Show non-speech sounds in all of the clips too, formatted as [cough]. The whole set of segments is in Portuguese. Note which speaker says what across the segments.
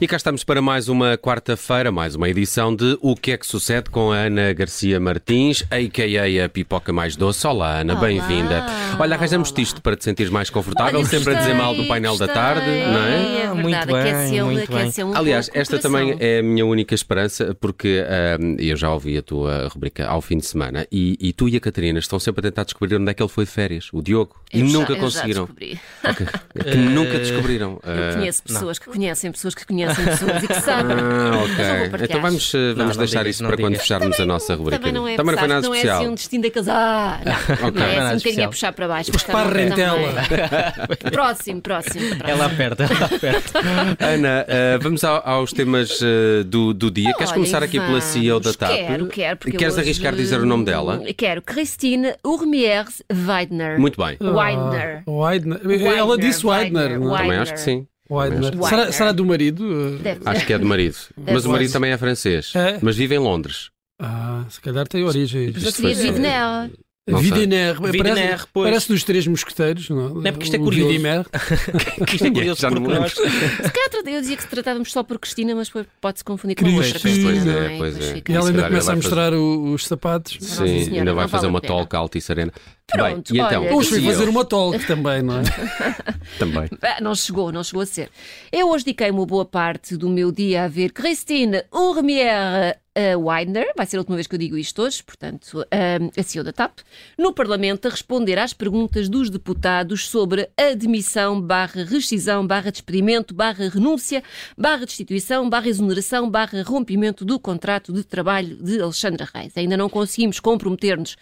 Speaker 1: E cá estamos para mais uma quarta-feira, mais uma edição de O que é que sucede com a Ana Garcia Martins, a.k.a. a Pipoca Mais Doce. Olá, Ana,
Speaker 2: Olá.
Speaker 1: bem-vinda. Olha, arranjamos-te isto para te sentires mais confortável,
Speaker 2: Olha,
Speaker 1: sempre a dizer
Speaker 2: gostei,
Speaker 1: mal do painel da
Speaker 2: gostei.
Speaker 1: tarde, não é?
Speaker 2: É
Speaker 3: Ah,
Speaker 2: verdade,
Speaker 3: muito bem,
Speaker 2: aqueceu,
Speaker 3: muito
Speaker 2: aqueceu um
Speaker 1: Aliás,
Speaker 2: pouco o
Speaker 1: esta
Speaker 2: coração.
Speaker 1: também é a minha única esperança, porque ahm, eu já ouvi a tua rubrica ao fim de semana e, e tu e a Catarina estão sempre a tentar descobrir onde é que ele foi de férias, o Diogo, é- e
Speaker 2: Eu já-
Speaker 1: nunca
Speaker 2: eu já
Speaker 1: conseguiram.
Speaker 2: descobri.
Speaker 1: Ok. Que nunca descobriram. Ah,
Speaker 2: Conheço pessoas que conhecem pessoas que conhecem pessoas e
Speaker 1: [laughs]
Speaker 2: que sabem.
Speaker 1: ah,
Speaker 2: Mas não vou
Speaker 1: ok.
Speaker 2: partilhar.
Speaker 1: Então vamos, eh, vamos
Speaker 3: não
Speaker 1: deixar
Speaker 3: digas,
Speaker 1: isso
Speaker 3: não
Speaker 1: para quando
Speaker 3: digas.
Speaker 1: fecharmos a nossa rubrica.
Speaker 2: Também não é,
Speaker 1: Também não foi
Speaker 2: pesado,
Speaker 1: nada
Speaker 2: não é
Speaker 1: especial.
Speaker 2: assim um destino
Speaker 1: [laughs]
Speaker 2: de casar. Não,
Speaker 1: Ok.
Speaker 2: não é
Speaker 3: Não é
Speaker 2: assim um
Speaker 3: nada
Speaker 2: bocadinho a
Speaker 3: especial.
Speaker 2: puxar para baixo. Mas cada um
Speaker 3: Parrentela.
Speaker 2: também. [laughs] Próximo, próximo. próximo.
Speaker 3: Ela [laughs] aperta, ela aperta.
Speaker 1: Ana, eh, vamos ao- aos temas eh, do, do dia. Queres
Speaker 2: Olha,
Speaker 1: começar aqui pela
Speaker 2: vamos.
Speaker 1: CEO da TAP?
Speaker 2: Quero, quero. Porque
Speaker 1: Queres
Speaker 2: hoje-
Speaker 1: arriscar dizer o nome dela?
Speaker 2: Quero. Christine Urmiers Weidner.
Speaker 1: Muito bem.
Speaker 2: Weidner.
Speaker 4: Weidner. Ela disse Weidner. não é?
Speaker 1: Também acho que sim.
Speaker 4: Weidner.
Speaker 2: Weidner.
Speaker 4: Será, será do marido?
Speaker 2: Deve
Speaker 1: Acho que é de
Speaker 2: [laughs]
Speaker 1: marido. Mas o marido também é francês.
Speaker 4: É?
Speaker 1: Mas vive em Londres.
Speaker 4: Ah, se calhar tem origens.
Speaker 1: Isto
Speaker 2: Seria
Speaker 1: é foi-
Speaker 2: Vidner.
Speaker 1: Não sei.
Speaker 4: Vidiner. Parece,
Speaker 3: Vidiner, pois.
Speaker 4: parece dos Três Mosqueteiros, não
Speaker 3: Não é porque isto é
Speaker 4: O
Speaker 3: curioso.
Speaker 1: [laughs]
Speaker 4: Vidimère.
Speaker 3: Isto é curioso
Speaker 1: Já não
Speaker 3: porque
Speaker 1: me
Speaker 3: nós.
Speaker 2: Eu dizia que se tratávamos só por Cristina, mas foi- pode-se confundir com
Speaker 4: Pois,
Speaker 2: outra Cristina.
Speaker 4: pois
Speaker 1: é,
Speaker 2: não é?
Speaker 1: pois
Speaker 2: Depois
Speaker 1: é.
Speaker 2: fica-
Speaker 4: E ela
Speaker 1: Se
Speaker 4: ainda
Speaker 1: calhar
Speaker 4: começa
Speaker 1: vai
Speaker 4: a
Speaker 1: fazer-
Speaker 4: mostrar o- os sapatos.
Speaker 2: Nossa
Speaker 1: Sim, é.
Speaker 2: Senhora,
Speaker 1: ainda vai
Speaker 2: não
Speaker 1: fazer
Speaker 2: vale
Speaker 1: uma
Speaker 2: a pena.
Speaker 1: talk à Altice Arena.
Speaker 2: Pronto,
Speaker 1: Bem, e então,
Speaker 2: olha,
Speaker 4: Hoje
Speaker 2: Sim,
Speaker 4: fui fazer
Speaker 1: eu-
Speaker 4: uma talk
Speaker 1: [laughs]
Speaker 4: também, não é?
Speaker 1: também.
Speaker 2: Ah, Não chegou, não chegou a ser. Eu hoje dediquei uma boa parte do meu dia a ver Christine Urmier eh, Weidner, vai ser a última vez que eu digo isto hoje, portanto, ah, a CEO da TAP, no Parlamento a responder às perguntas dos deputados sobre admissão, barra rescisão, barra despedimento, barra renúncia, barra destituição, barra exoneração, barra rompimento do contrato de trabalho de Alexandra Reis. Ainda não conseguimos comprometer-nos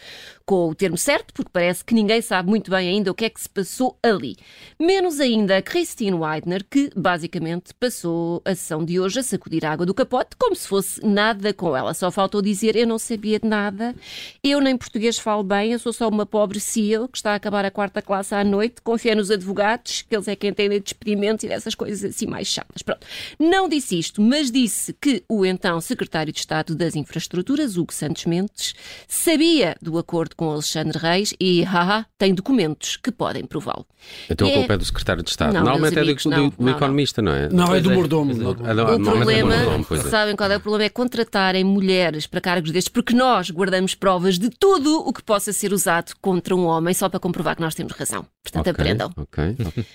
Speaker 2: com o termo certo, porque parece que ninguém sabe muito bem ainda o que é que se passou ali. Menos ainda a Christine Weidner, que basicamente passou a sessão de hoje a sacudir a água do capote como se fosse nada com ela. Só faltou dizer: Eu não sabia de nada, eu nem português falo bem, eu sou só uma pobre CEO que está a acabar a quarta classe à noite, confia nos advogados, que eles é que entendem de experimentos e dessas coisas assim mais chatas. Pronto. Não disse isto, mas disse que o então secretário de Estado das Infraestruturas, Hugo Santos Mendes, sabia do acordo com Alexandre Reis e, haha, tem documentos que podem prová-lo.
Speaker 1: Então a
Speaker 2: É-
Speaker 1: culpa é do secretário de Estado.
Speaker 2: Não,
Speaker 1: Normalmente
Speaker 2: meus
Speaker 1: é do,
Speaker 2: amigos,
Speaker 1: do-
Speaker 2: não,
Speaker 1: do
Speaker 2: não, não.
Speaker 1: economista, não é?
Speaker 4: Não, é
Speaker 3: Pois
Speaker 4: do
Speaker 3: é,
Speaker 4: mordomo.
Speaker 3: pois é.
Speaker 4: não é do
Speaker 1: Ah, não,
Speaker 4: mordomo.
Speaker 2: O
Speaker 1: normalmente é do
Speaker 2: problema,
Speaker 1: mordomo, pois é.
Speaker 2: sabem qual é o problema? É contratarem mulheres para cargos destes, porque nós guardamos provas de tudo o que possa ser usado contra um homem só para comprovar que nós temos razão. Portanto,
Speaker 1: Ok,
Speaker 2: aprendam.
Speaker 1: ok.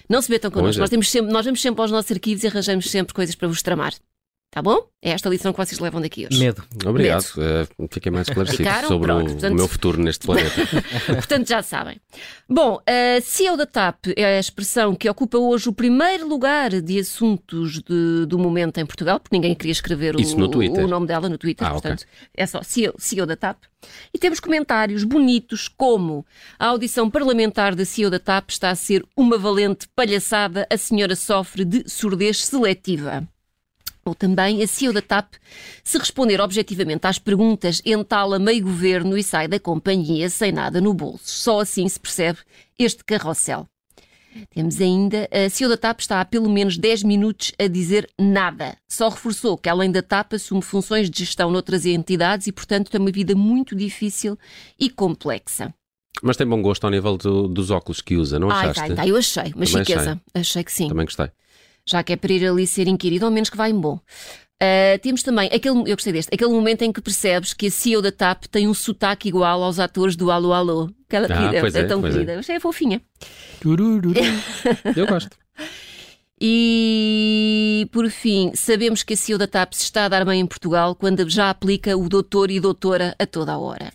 Speaker 2: Não se metam
Speaker 1: Pois
Speaker 2: connosco.
Speaker 1: é.
Speaker 2: Nós, temos sempre, nós vamos sempre aos nossos arquivos e arranjamos sempre coisas para vos tramar. Tá bom? É esta a lição que vocês levam daqui hoje.
Speaker 3: Medo.
Speaker 1: Obrigado. Eh, fiquei mais esclarecido
Speaker 2: Ficaram?
Speaker 1: sobre o-
Speaker 2: Pronto,
Speaker 1: o,
Speaker 2: portanto-
Speaker 1: meu futuro neste planeta.
Speaker 2: [laughs] Portanto, já sabem. Bom, a CEO da TAP é a expressão que ocupa hoje o primeiro lugar de assuntos de- do momento em Portugal, porque ninguém queria escrever o,
Speaker 1: Isso no Twitter.
Speaker 2: o nome dela no Twitter,
Speaker 1: Ah, ok.
Speaker 2: portanto, é só CEO, CEO da TAP. E temos comentários bonitos como a audição parlamentar da CEO da TAP está a ser uma valente palhaçada, a senhora sofre de surdez seletiva. Ou também a CEO da TAP, se responder objetivamente às perguntas, entala meio governo e sai da companhia sem nada no bolso. Só assim se percebe este carrossel. Temos ainda a CEO da TAP está há pelo menos 10 minutos a dizer nada. Só reforçou que, além da TAP, assume funções de gestão noutras entidades e, portanto, tem uma vida muito difícil e complexa.
Speaker 1: Mas tem bom gosto ao nível do- dos óculos que usa, não
Speaker 2: Ai,
Speaker 1: achaste?
Speaker 2: tá, tá, eu achei, uma
Speaker 1: Também
Speaker 2: chiqueza. Achei que sim.
Speaker 1: Também gostei.
Speaker 2: já que é para ir ali ser inquirido, ao menos que vai em bom. Ah, temos também, aquele, eu gostei deste, aquele momento em que percebes que a CEO da TAP tem um sotaque igual aos atores do Alô Alô. Aquela
Speaker 1: Ah,
Speaker 2: querida,
Speaker 1: pois é,
Speaker 2: tão
Speaker 1: pois é.
Speaker 2: querida. Eu Achei fofinha.
Speaker 4: Tururu.
Speaker 1: Eu gosto.
Speaker 2: E, por fim, sabemos que a CEO da TAP se está a dar bem em Portugal quando já aplica o doutor e doutora a toda a hora.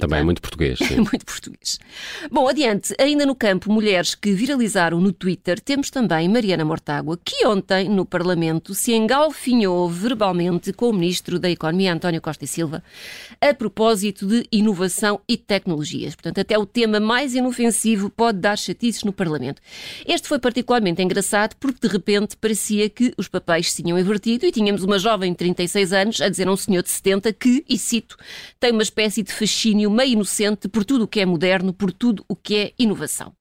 Speaker 1: Também é
Speaker 2: Então,
Speaker 1: muito português.
Speaker 2: [laughs] É
Speaker 1: Sim.
Speaker 2: muito português. Bom, adiante, ainda no campo mulheres que viralizaram no Twitter, temos também Mariana Mortágua, que ontem no Parlamento se engalfinhou verbalmente com o Ministro da Economia, António Costa e Silva, a propósito de inovação e tecnologias. Portanto, até o tema mais inofensivo pode dar chatices no Parlamento. Este foi particularmente engraçado porque, de repente, parecia que os papéis se tinham invertido e tínhamos uma jovem de 36 anos a dizer a um senhor de 70 que, e cito, tem uma espécie de fascínio meio inocente por tudo o que é moderno, por tudo o que é inovação.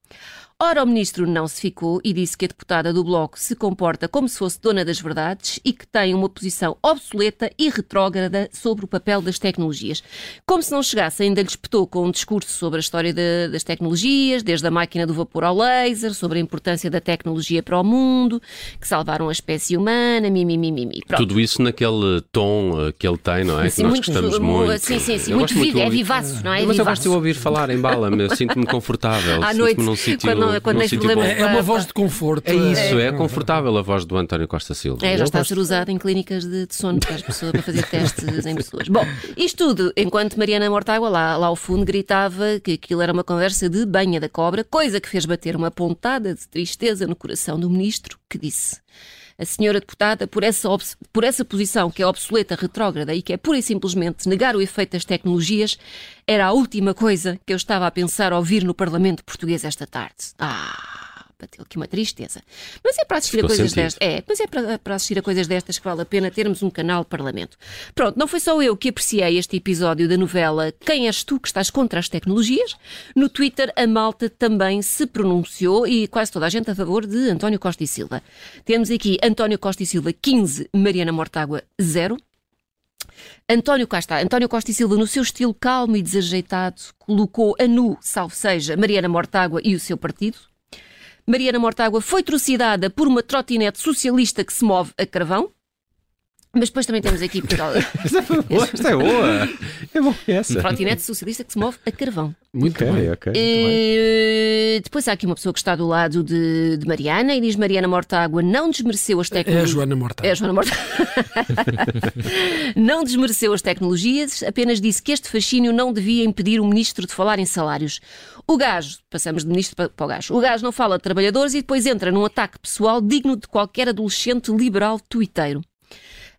Speaker 2: Ora, o ministro não se ficou e disse que a deputada do Bloco se comporta como se fosse dona das verdades e que tem uma posição obsoleta e retrógrada sobre o papel das tecnologias. Como se não chegasse, ainda lhe espetou com um discurso sobre a história da- das tecnologias, desde a máquina do vapor ao laser, sobre a importância da tecnologia para o mundo, que salvaram a espécie humana, mimimi. Pronto.
Speaker 1: Tudo isso naquele tom eh, que ele tem, não é? que
Speaker 2: Assim,
Speaker 1: nós
Speaker 2: muito-
Speaker 1: gostamos
Speaker 2: mu-
Speaker 1: muito.
Speaker 2: Sim, sim, sim.
Speaker 1: Eu
Speaker 2: Muito
Speaker 1: gosto
Speaker 2: vivo,
Speaker 1: de
Speaker 2: é
Speaker 1: ouvir-
Speaker 2: vivaço, não é?
Speaker 1: Mas eu
Speaker 2: Vivaço.
Speaker 1: gosto de ouvir falar em bala-me, eu sinto-me confortável.
Speaker 2: [laughs] À
Speaker 1: sinto-me
Speaker 2: noite,
Speaker 1: num sítio,
Speaker 2: quando- quando
Speaker 1: num
Speaker 2: tens
Speaker 1: sítio
Speaker 2: problemas
Speaker 1: bom.
Speaker 4: É, é uma voz de conforto.
Speaker 1: É isso, é confortável a voz do António Costa Silva.
Speaker 2: É, já
Speaker 1: Eu
Speaker 2: está a
Speaker 1: gosto.
Speaker 2: ser usado em clínicas de, de sono para, as pessoas, para fazer testes
Speaker 1: [laughs]
Speaker 2: em pessoas. Bom, isto tudo, enquanto Mariana Mortágua lá, lá ao fundo gritava que aquilo era uma conversa de banha da cobra, coisa que fez bater uma pontada de tristeza no coração do ministro, que disse: A senhora deputada, por essa, obs- por essa posição que é obsoleta, retrógrada e que é pura e simplesmente negar o efeito das tecnologias, era a última coisa que eu estava a pensar ouvir no Parlamento Português esta tarde. Ah! Bateu aqui uma tristeza. Mas é para assistir a
Speaker 1: Ficou
Speaker 2: coisas
Speaker 1: sentido.
Speaker 2: destas. É, mas é para, para assistir a coisas destas que vale a pena termos um canal de Parlamento. Pronto, não foi só eu que apreciei este episódio da novela Quem és tu que estás contra as tecnologias? No Twitter, a malta também se pronunciou e quase toda a gente a favor de António Costa e Silva. Temos aqui António Costa e Silva 15, Mariana Mortágua 0. António, cá está, António Costa e Silva, no seu estilo calmo e desajeitado, colocou a nu, salvo seja, Mariana Mortágua e o seu partido. Mariana Mortágua foi trucidada por uma trotinete socialista que se move a carvão. Mas depois também temos aqui
Speaker 4: [laughs]
Speaker 2: pessoal,
Speaker 1: Esta é boa. É boa essa.
Speaker 2: trotinete socialista que se move a carvão.
Speaker 4: Muito
Speaker 1: Ok,
Speaker 4: bem.
Speaker 1: ok.
Speaker 2: Eh, depois há aqui uma pessoa que está do lado de, de Mariana e diz Mariana Mortágua não desmereceu as
Speaker 4: É a
Speaker 2: tecnologias.
Speaker 4: Joana Morta.
Speaker 2: É a Joana Morta. não desmereceu as tecnologias, apenas disse que este fascínio não devia impedir o ministro de falar em salários. O gajo, passamos de ministro pa- para o gajo, o gajo não fala de trabalhadores e depois entra num ataque pessoal digno de qualquer adolescente liberal tuiteiro.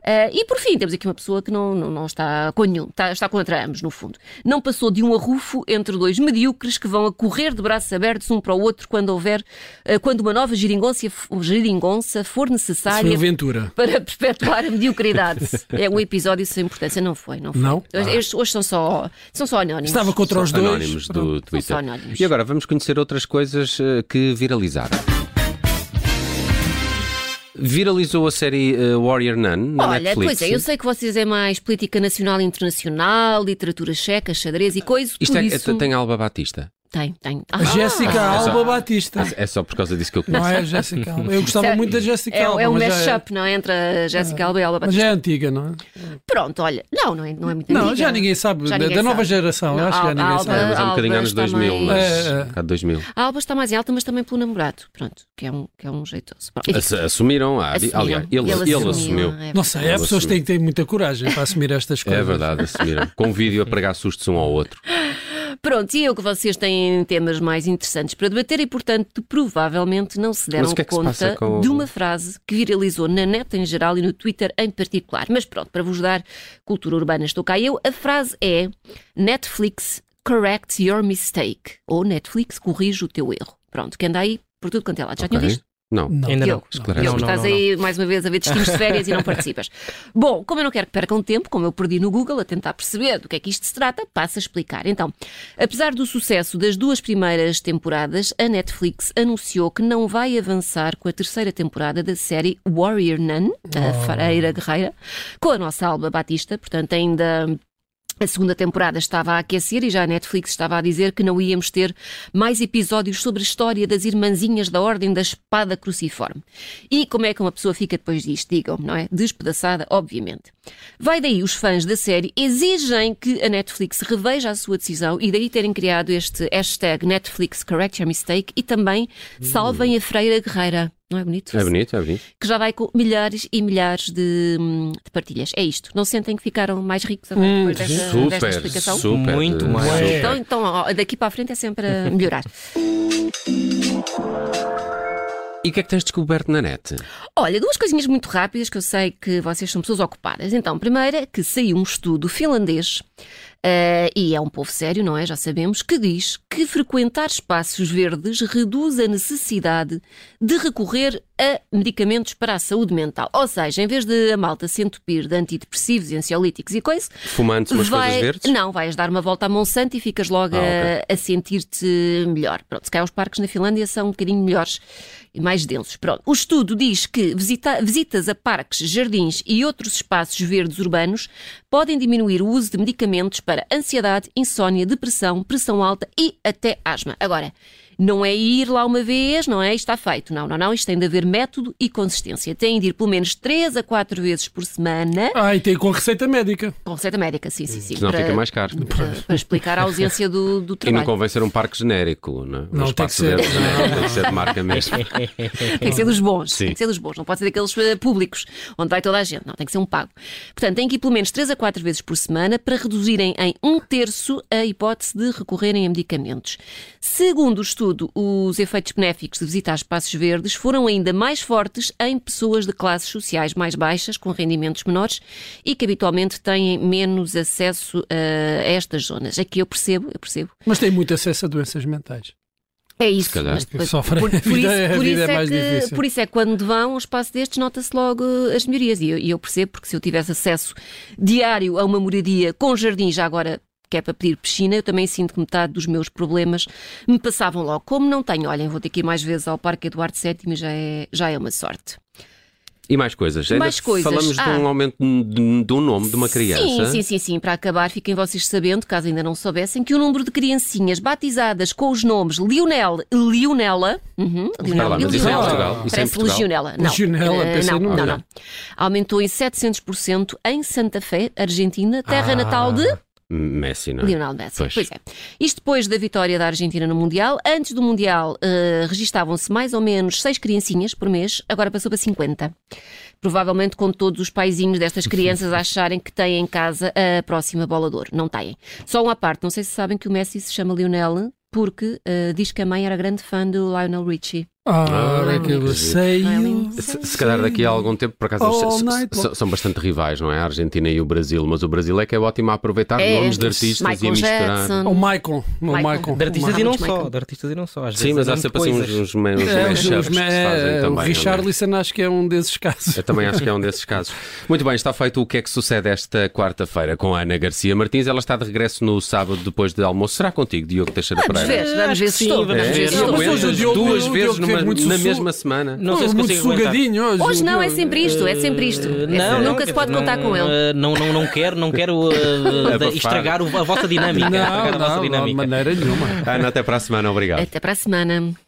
Speaker 2: Ah, e por fim, temos aqui uma pessoa que não, não, não está com nenhum, está, está contra ambos, no fundo. Não passou de um arrufo entre dois medíocres que vão a correr de braços abertos um para o outro quando houver, ah, quando uma nova geringonça, geringonça for
Speaker 4: Isso Foi
Speaker 2: necessária
Speaker 4: a Ventura.
Speaker 2: para perpetuar a
Speaker 4: [laughs]
Speaker 2: mediocridade. É um episódio sem importância, não foi, não foi.
Speaker 4: Não? Ah.
Speaker 2: Hoje, estes- hoje são só são só anónimos.
Speaker 4: Estava contra os dois.
Speaker 1: Anónimos do Twitter.
Speaker 2: só anónimos.
Speaker 1: E agora vamos conhecer outras coisas eh, que viralizaram. Viralizou a série eh, Warrior Nun na
Speaker 2: Olha,
Speaker 1: Netflix.
Speaker 2: pois é, eu sei que vocês é mais política nacional e internacional, literatura checa, xadrez e coisas,
Speaker 1: Isto
Speaker 2: por
Speaker 1: é,
Speaker 2: isso...
Speaker 1: tem a Alba Batista.
Speaker 2: Tem, tem. Ah,
Speaker 4: A Jéssica
Speaker 1: Ah,
Speaker 4: Alba
Speaker 1: só-
Speaker 4: Batista.
Speaker 1: É só por causa disso que eu conheço.
Speaker 4: Não é
Speaker 1: [laughs]
Speaker 4: a Jéssica Alba. Eu gostava
Speaker 2: Isso é-
Speaker 4: muito da Jéssica
Speaker 2: é,
Speaker 4: Alba.
Speaker 2: é um
Speaker 4: mas já
Speaker 2: mashup, não é? Entre a Jéssica Alba e a Alba
Speaker 4: Mas
Speaker 2: Batista.
Speaker 4: já é antiga, não é?
Speaker 2: Pronto, olha, não, não é, não é muito
Speaker 4: Não,
Speaker 2: antiga.
Speaker 4: já ninguém sabe.
Speaker 2: Já
Speaker 4: da,
Speaker 2: ninguém
Speaker 4: da nova
Speaker 2: sabe.
Speaker 4: geração.
Speaker 2: Não,
Speaker 4: eu acho que
Speaker 2: a-
Speaker 4: já ninguém
Speaker 2: a
Speaker 1: É,
Speaker 4: sabe.
Speaker 1: mas é um
Speaker 2: Alba
Speaker 1: bocadinho anos
Speaker 2: está
Speaker 1: 2000,
Speaker 2: mais-
Speaker 1: mas.
Speaker 4: É, é.
Speaker 1: um bocado 2000.
Speaker 2: A Alba está mais em alta, mas também pelo namorado. Pronto, que é um, que é um jeitoso. Bom,
Speaker 1: Ass- Assumiram, ah,
Speaker 2: assumiu.
Speaker 1: aliás, ele, ele assumiu.
Speaker 2: é
Speaker 4: Não sei, há
Speaker 1: Eu
Speaker 4: pessoas que têm que ter muita coragem para assumir estas
Speaker 1: [laughs]
Speaker 4: coisas.
Speaker 1: É verdade, assumiram. Com vídeo a pregar sustos um ao outro.
Speaker 2: Pronto, e eu que vocês têm temas mais interessantes para debater e, portanto, provavelmente não se deram
Speaker 1: Mas o que é que se
Speaker 2: conta
Speaker 1: passa com-
Speaker 2: de uma frase que viralizou na net em geral e no Twitter em particular. Mas pronto, para vos dar cultura urbana, estou cá eu. A frase é Netflix correct your mistake. Ou Netflix corrige o teu erro. Pronto, que anda aí por tudo quanto é lado. Já tinha
Speaker 1: Ok?
Speaker 2: visto?
Speaker 1: Não.
Speaker 4: Não.
Speaker 3: Ainda
Speaker 2: Diogo,
Speaker 3: não.
Speaker 1: esclarece.
Speaker 3: Não, não,
Speaker 2: Estás
Speaker 3: não, não.
Speaker 2: aí mais uma vez a ver destinos de férias e não
Speaker 3: [laughs]
Speaker 2: participas. Bom, como eu não quero que percam tempo, como eu perdi no Google a tentar perceber do que é que isto se trata, passo a explicar. Então, apesar do sucesso das duas primeiras temporadas, a Netflix anunciou que não vai avançar com a terceira temporada da série Warrior Nun, a
Speaker 3: Oh.
Speaker 2: Fareira Guerreira, com a nossa Alba Batista, portanto, ainda. A segunda temporada estava a aquecer e já a Netflix estava a dizer que não íamos ter mais episódios sobre a história das irmãzinhas da Ordem da Espada Cruciforme. E como é que uma pessoa fica depois disto? Digam-me, não é? Despedaçada, obviamente. Vai daí, os fãs da série exigem que a Netflix reveja a sua decisão e daí terem criado este hashtag Netflix Correct Your Mistake e também salvem a Freira Guerreira. Não é bonito?
Speaker 1: É bonito, é bonito.
Speaker 2: Que já vai com milhares e milhares de, hum, de partilhas. É isto. Não sentem que ficaram mais ricos agora depois Eh, desta, desta
Speaker 1: Hum, Super,
Speaker 2: explicação?
Speaker 1: super.
Speaker 3: Muito
Speaker 1: eh,
Speaker 3: mais.
Speaker 1: super.
Speaker 2: Então, então, ó, daqui para a frente é sempre a melhorar.
Speaker 1: E o que é que tens descoberto na net?
Speaker 2: Olha, duas coisinhas muito rápidas que eu sei que vocês são pessoas ocupadas. Então, primeira, que saiu um estudo finlandês, eh, e é um povo sério, não é? Já sabemos, que diz que frequentar espaços verdes reduz a necessidade de recorrer a medicamentos para a saúde mental. Ou seja, em vez de a malta se entupir de antidepressivos e ansiolíticos e coisa,
Speaker 1: Fumando-se umas coisas verdes?
Speaker 2: não, vais dar uma volta a Monsanto e ficas logo
Speaker 1: Ah,
Speaker 2: a- a, sentir-te melhor. Pronto, se calhar os parques na Finlândia são um bocadinho melhores e mais densos. Pronto, o estudo diz que visita- visitas a parques, jardins e outros espaços verdes urbanos podem diminuir o uso de medicamentos para ansiedade, insónia, depressão, pressão alta e até asma. Agora, não é ir lá uma vez, não é? Está feito. Não, não, não. Isto tem de haver método e consistência. Tem de ir pelo menos 3 a 4 vezes por semana.
Speaker 4: Ah, e tem com receita médica.
Speaker 2: Com receita médica, sim, sim, sim.
Speaker 1: Uhum. Senão
Speaker 2: para-
Speaker 1: fica mais caro.
Speaker 2: para,
Speaker 1: [laughs]
Speaker 2: para explicar a ausência do, do
Speaker 1: E não
Speaker 2: trabalho.
Speaker 1: convém ser um parque genérico, não é? Um
Speaker 4: Não, tem
Speaker 1: espaço
Speaker 4: que ser.
Speaker 1: verde genérico,
Speaker 4: Não,
Speaker 1: tem que ser de marca mesmo.
Speaker 2: Tem que ser dos bons,
Speaker 1: Sim.
Speaker 2: tem que ser dos bons, não pode ser daqueles eh, públicos onde vai toda a gente, não, tem que ser um pago. Portanto, tem que ir pelo menos 3 a 4 vezes por semana para reduzirem em um terço a hipótese de recorrerem a medicamentos. Segundo o estudo, os efeitos benéficos de visitar espaços verdes foram ainda mais fortes em pessoas de classes sociais mais baixas, com rendimentos menores e que habitualmente têm menos acesso eh, a estas zonas. Aqui eu percebo, eu percebo.
Speaker 4: Mas tem muito acesso a doenças mentais.
Speaker 2: É isso.
Speaker 1: calhar.
Speaker 2: mas depois-
Speaker 4: Sofrem.
Speaker 2: Por, por
Speaker 4: [laughs] A vida-
Speaker 2: isso,
Speaker 4: a
Speaker 2: por
Speaker 4: vida
Speaker 2: isso
Speaker 4: é
Speaker 2: é
Speaker 4: mais
Speaker 2: que,
Speaker 4: difícil.
Speaker 2: Por isso é que quando vão ao espaço destes nota-se logo eh, as melhorias. E eu, e eu percebo, porque se eu tivesse acesso diário a uma moradia com jardim, já agora que é para pedir piscina, eu também sinto que metade dos meus problemas me passavam logo. Como não tenho, olhem, vou ter que ir mais vezes ao Parque Eduardo VII, já é, já é uma sorte.
Speaker 1: E mais coisas.
Speaker 2: Mais
Speaker 1: Ainda
Speaker 2: coisas.
Speaker 1: Falamos de um
Speaker 2: Ah.
Speaker 1: aumento de, de um nome de uma criança.
Speaker 2: Sim, sim, sim, sim. Para acabar, fiquem vocês sabendo, caso ainda não soubessem, que o número de criancinhas batizadas com os nomes Lionel e Lionela. Uhum,
Speaker 1: Espera
Speaker 2: Lionel
Speaker 1: lá, mas
Speaker 2: e
Speaker 1: isso é em
Speaker 2: Lionela.
Speaker 1: Portugal. Isso é em
Speaker 2: Parece
Speaker 1: Portugal.
Speaker 2: legionela. Não,
Speaker 4: Legionela,
Speaker 2: Eh,
Speaker 4: pensei
Speaker 2: não,
Speaker 4: num-
Speaker 2: não,
Speaker 1: Ok.
Speaker 2: não. Aumentou em 700% em Santa Fé, Argentina, terra
Speaker 1: Ah.
Speaker 2: natal de
Speaker 1: Messi, não é?
Speaker 2: Lionel Messi.
Speaker 1: Pois.
Speaker 2: Pois. é. Isto depois da vitória da Argentina no Mundial. Antes do Mundial, eh, registavam-se mais ou menos 6 criancinhas por mês, agora passou para 50. Provavelmente com todos os paizinhos [laughs] destas crianças a acharem que têm em casa a próxima bola de ouro. Não têm. Só uma parte, não sei se sabem que o Messi se chama Lionel porque eh, diz que a mãe era grande fã do Lionel Richie.
Speaker 4: Ah, Ora, que eu
Speaker 1: Não,
Speaker 4: sei.
Speaker 2: não.
Speaker 1: Se, se calhar daqui a algum tempo, por acaso, eles
Speaker 4: All
Speaker 1: se- se-
Speaker 4: night
Speaker 1: se-
Speaker 4: long.
Speaker 1: são bastante rivais, não é? A Argentina e o Brasil, mas o Brasil é que é ótimo a aproveitar nomes de artistas e
Speaker 2: Michael
Speaker 1: misturar.
Speaker 2: Jackson.
Speaker 4: O Michael. O
Speaker 2: Michael.
Speaker 4: Michael.
Speaker 3: De artistas e não
Speaker 2: Marcos
Speaker 3: só.
Speaker 2: Michael.
Speaker 3: De artistas e não só. Às
Speaker 1: Sim, mas há
Speaker 3: vezes é
Speaker 1: sempre assim uns, uns, uns,
Speaker 4: É, os- os-
Speaker 1: mashups que se fazem
Speaker 4: é,
Speaker 1: também.
Speaker 4: o
Speaker 1: não é?
Speaker 4: Richarlison acho que é um desses casos.
Speaker 1: Eu também acho que é um desses casos. Muito bem, está feito o que é que sucede esta quarta-feira com a Ana Garcia Martins. Ela está de regresso no sábado depois de almoço. Será contigo, Diogo Teixeira
Speaker 2: Vamos
Speaker 1: Pereira?
Speaker 2: ver, vamos ver se estou.
Speaker 3: vamos
Speaker 2: Vamos
Speaker 1: É,
Speaker 2: ver se
Speaker 4: Não,
Speaker 1: não
Speaker 2: estou.
Speaker 4: mas hoje o
Speaker 1: aguentas
Speaker 4: Diogo-
Speaker 1: duas
Speaker 4: o Diogo
Speaker 1: vezes
Speaker 4: teve
Speaker 1: numa-
Speaker 4: muito
Speaker 1: na
Speaker 4: su-
Speaker 1: mesma semana.
Speaker 3: Não sei se
Speaker 4: muito
Speaker 3: consigo aguentar.
Speaker 4: sugadinho hoje.
Speaker 2: Hoje
Speaker 4: o
Speaker 2: não, é
Speaker 4: Diogo.
Speaker 2: sempre isto, é sempre isto.
Speaker 3: Eh, não,
Speaker 2: Nunca
Speaker 3: não,
Speaker 2: se pode
Speaker 3: quer dizer,
Speaker 2: contar
Speaker 3: não,
Speaker 2: com ele.
Speaker 3: eh, Não, não, não quero, não quero eh,
Speaker 1: Abafar.
Speaker 3: estragar o- a vossa dinâmica.
Speaker 4: Não,
Speaker 3: estragar a vossa
Speaker 4: não, não, de
Speaker 3: dinâmica.
Speaker 1: Ah,
Speaker 4: maneira nenhuma.
Speaker 2: Ah.
Speaker 1: Ana, até para a semana. Obrigado.
Speaker 2: Até para a semana.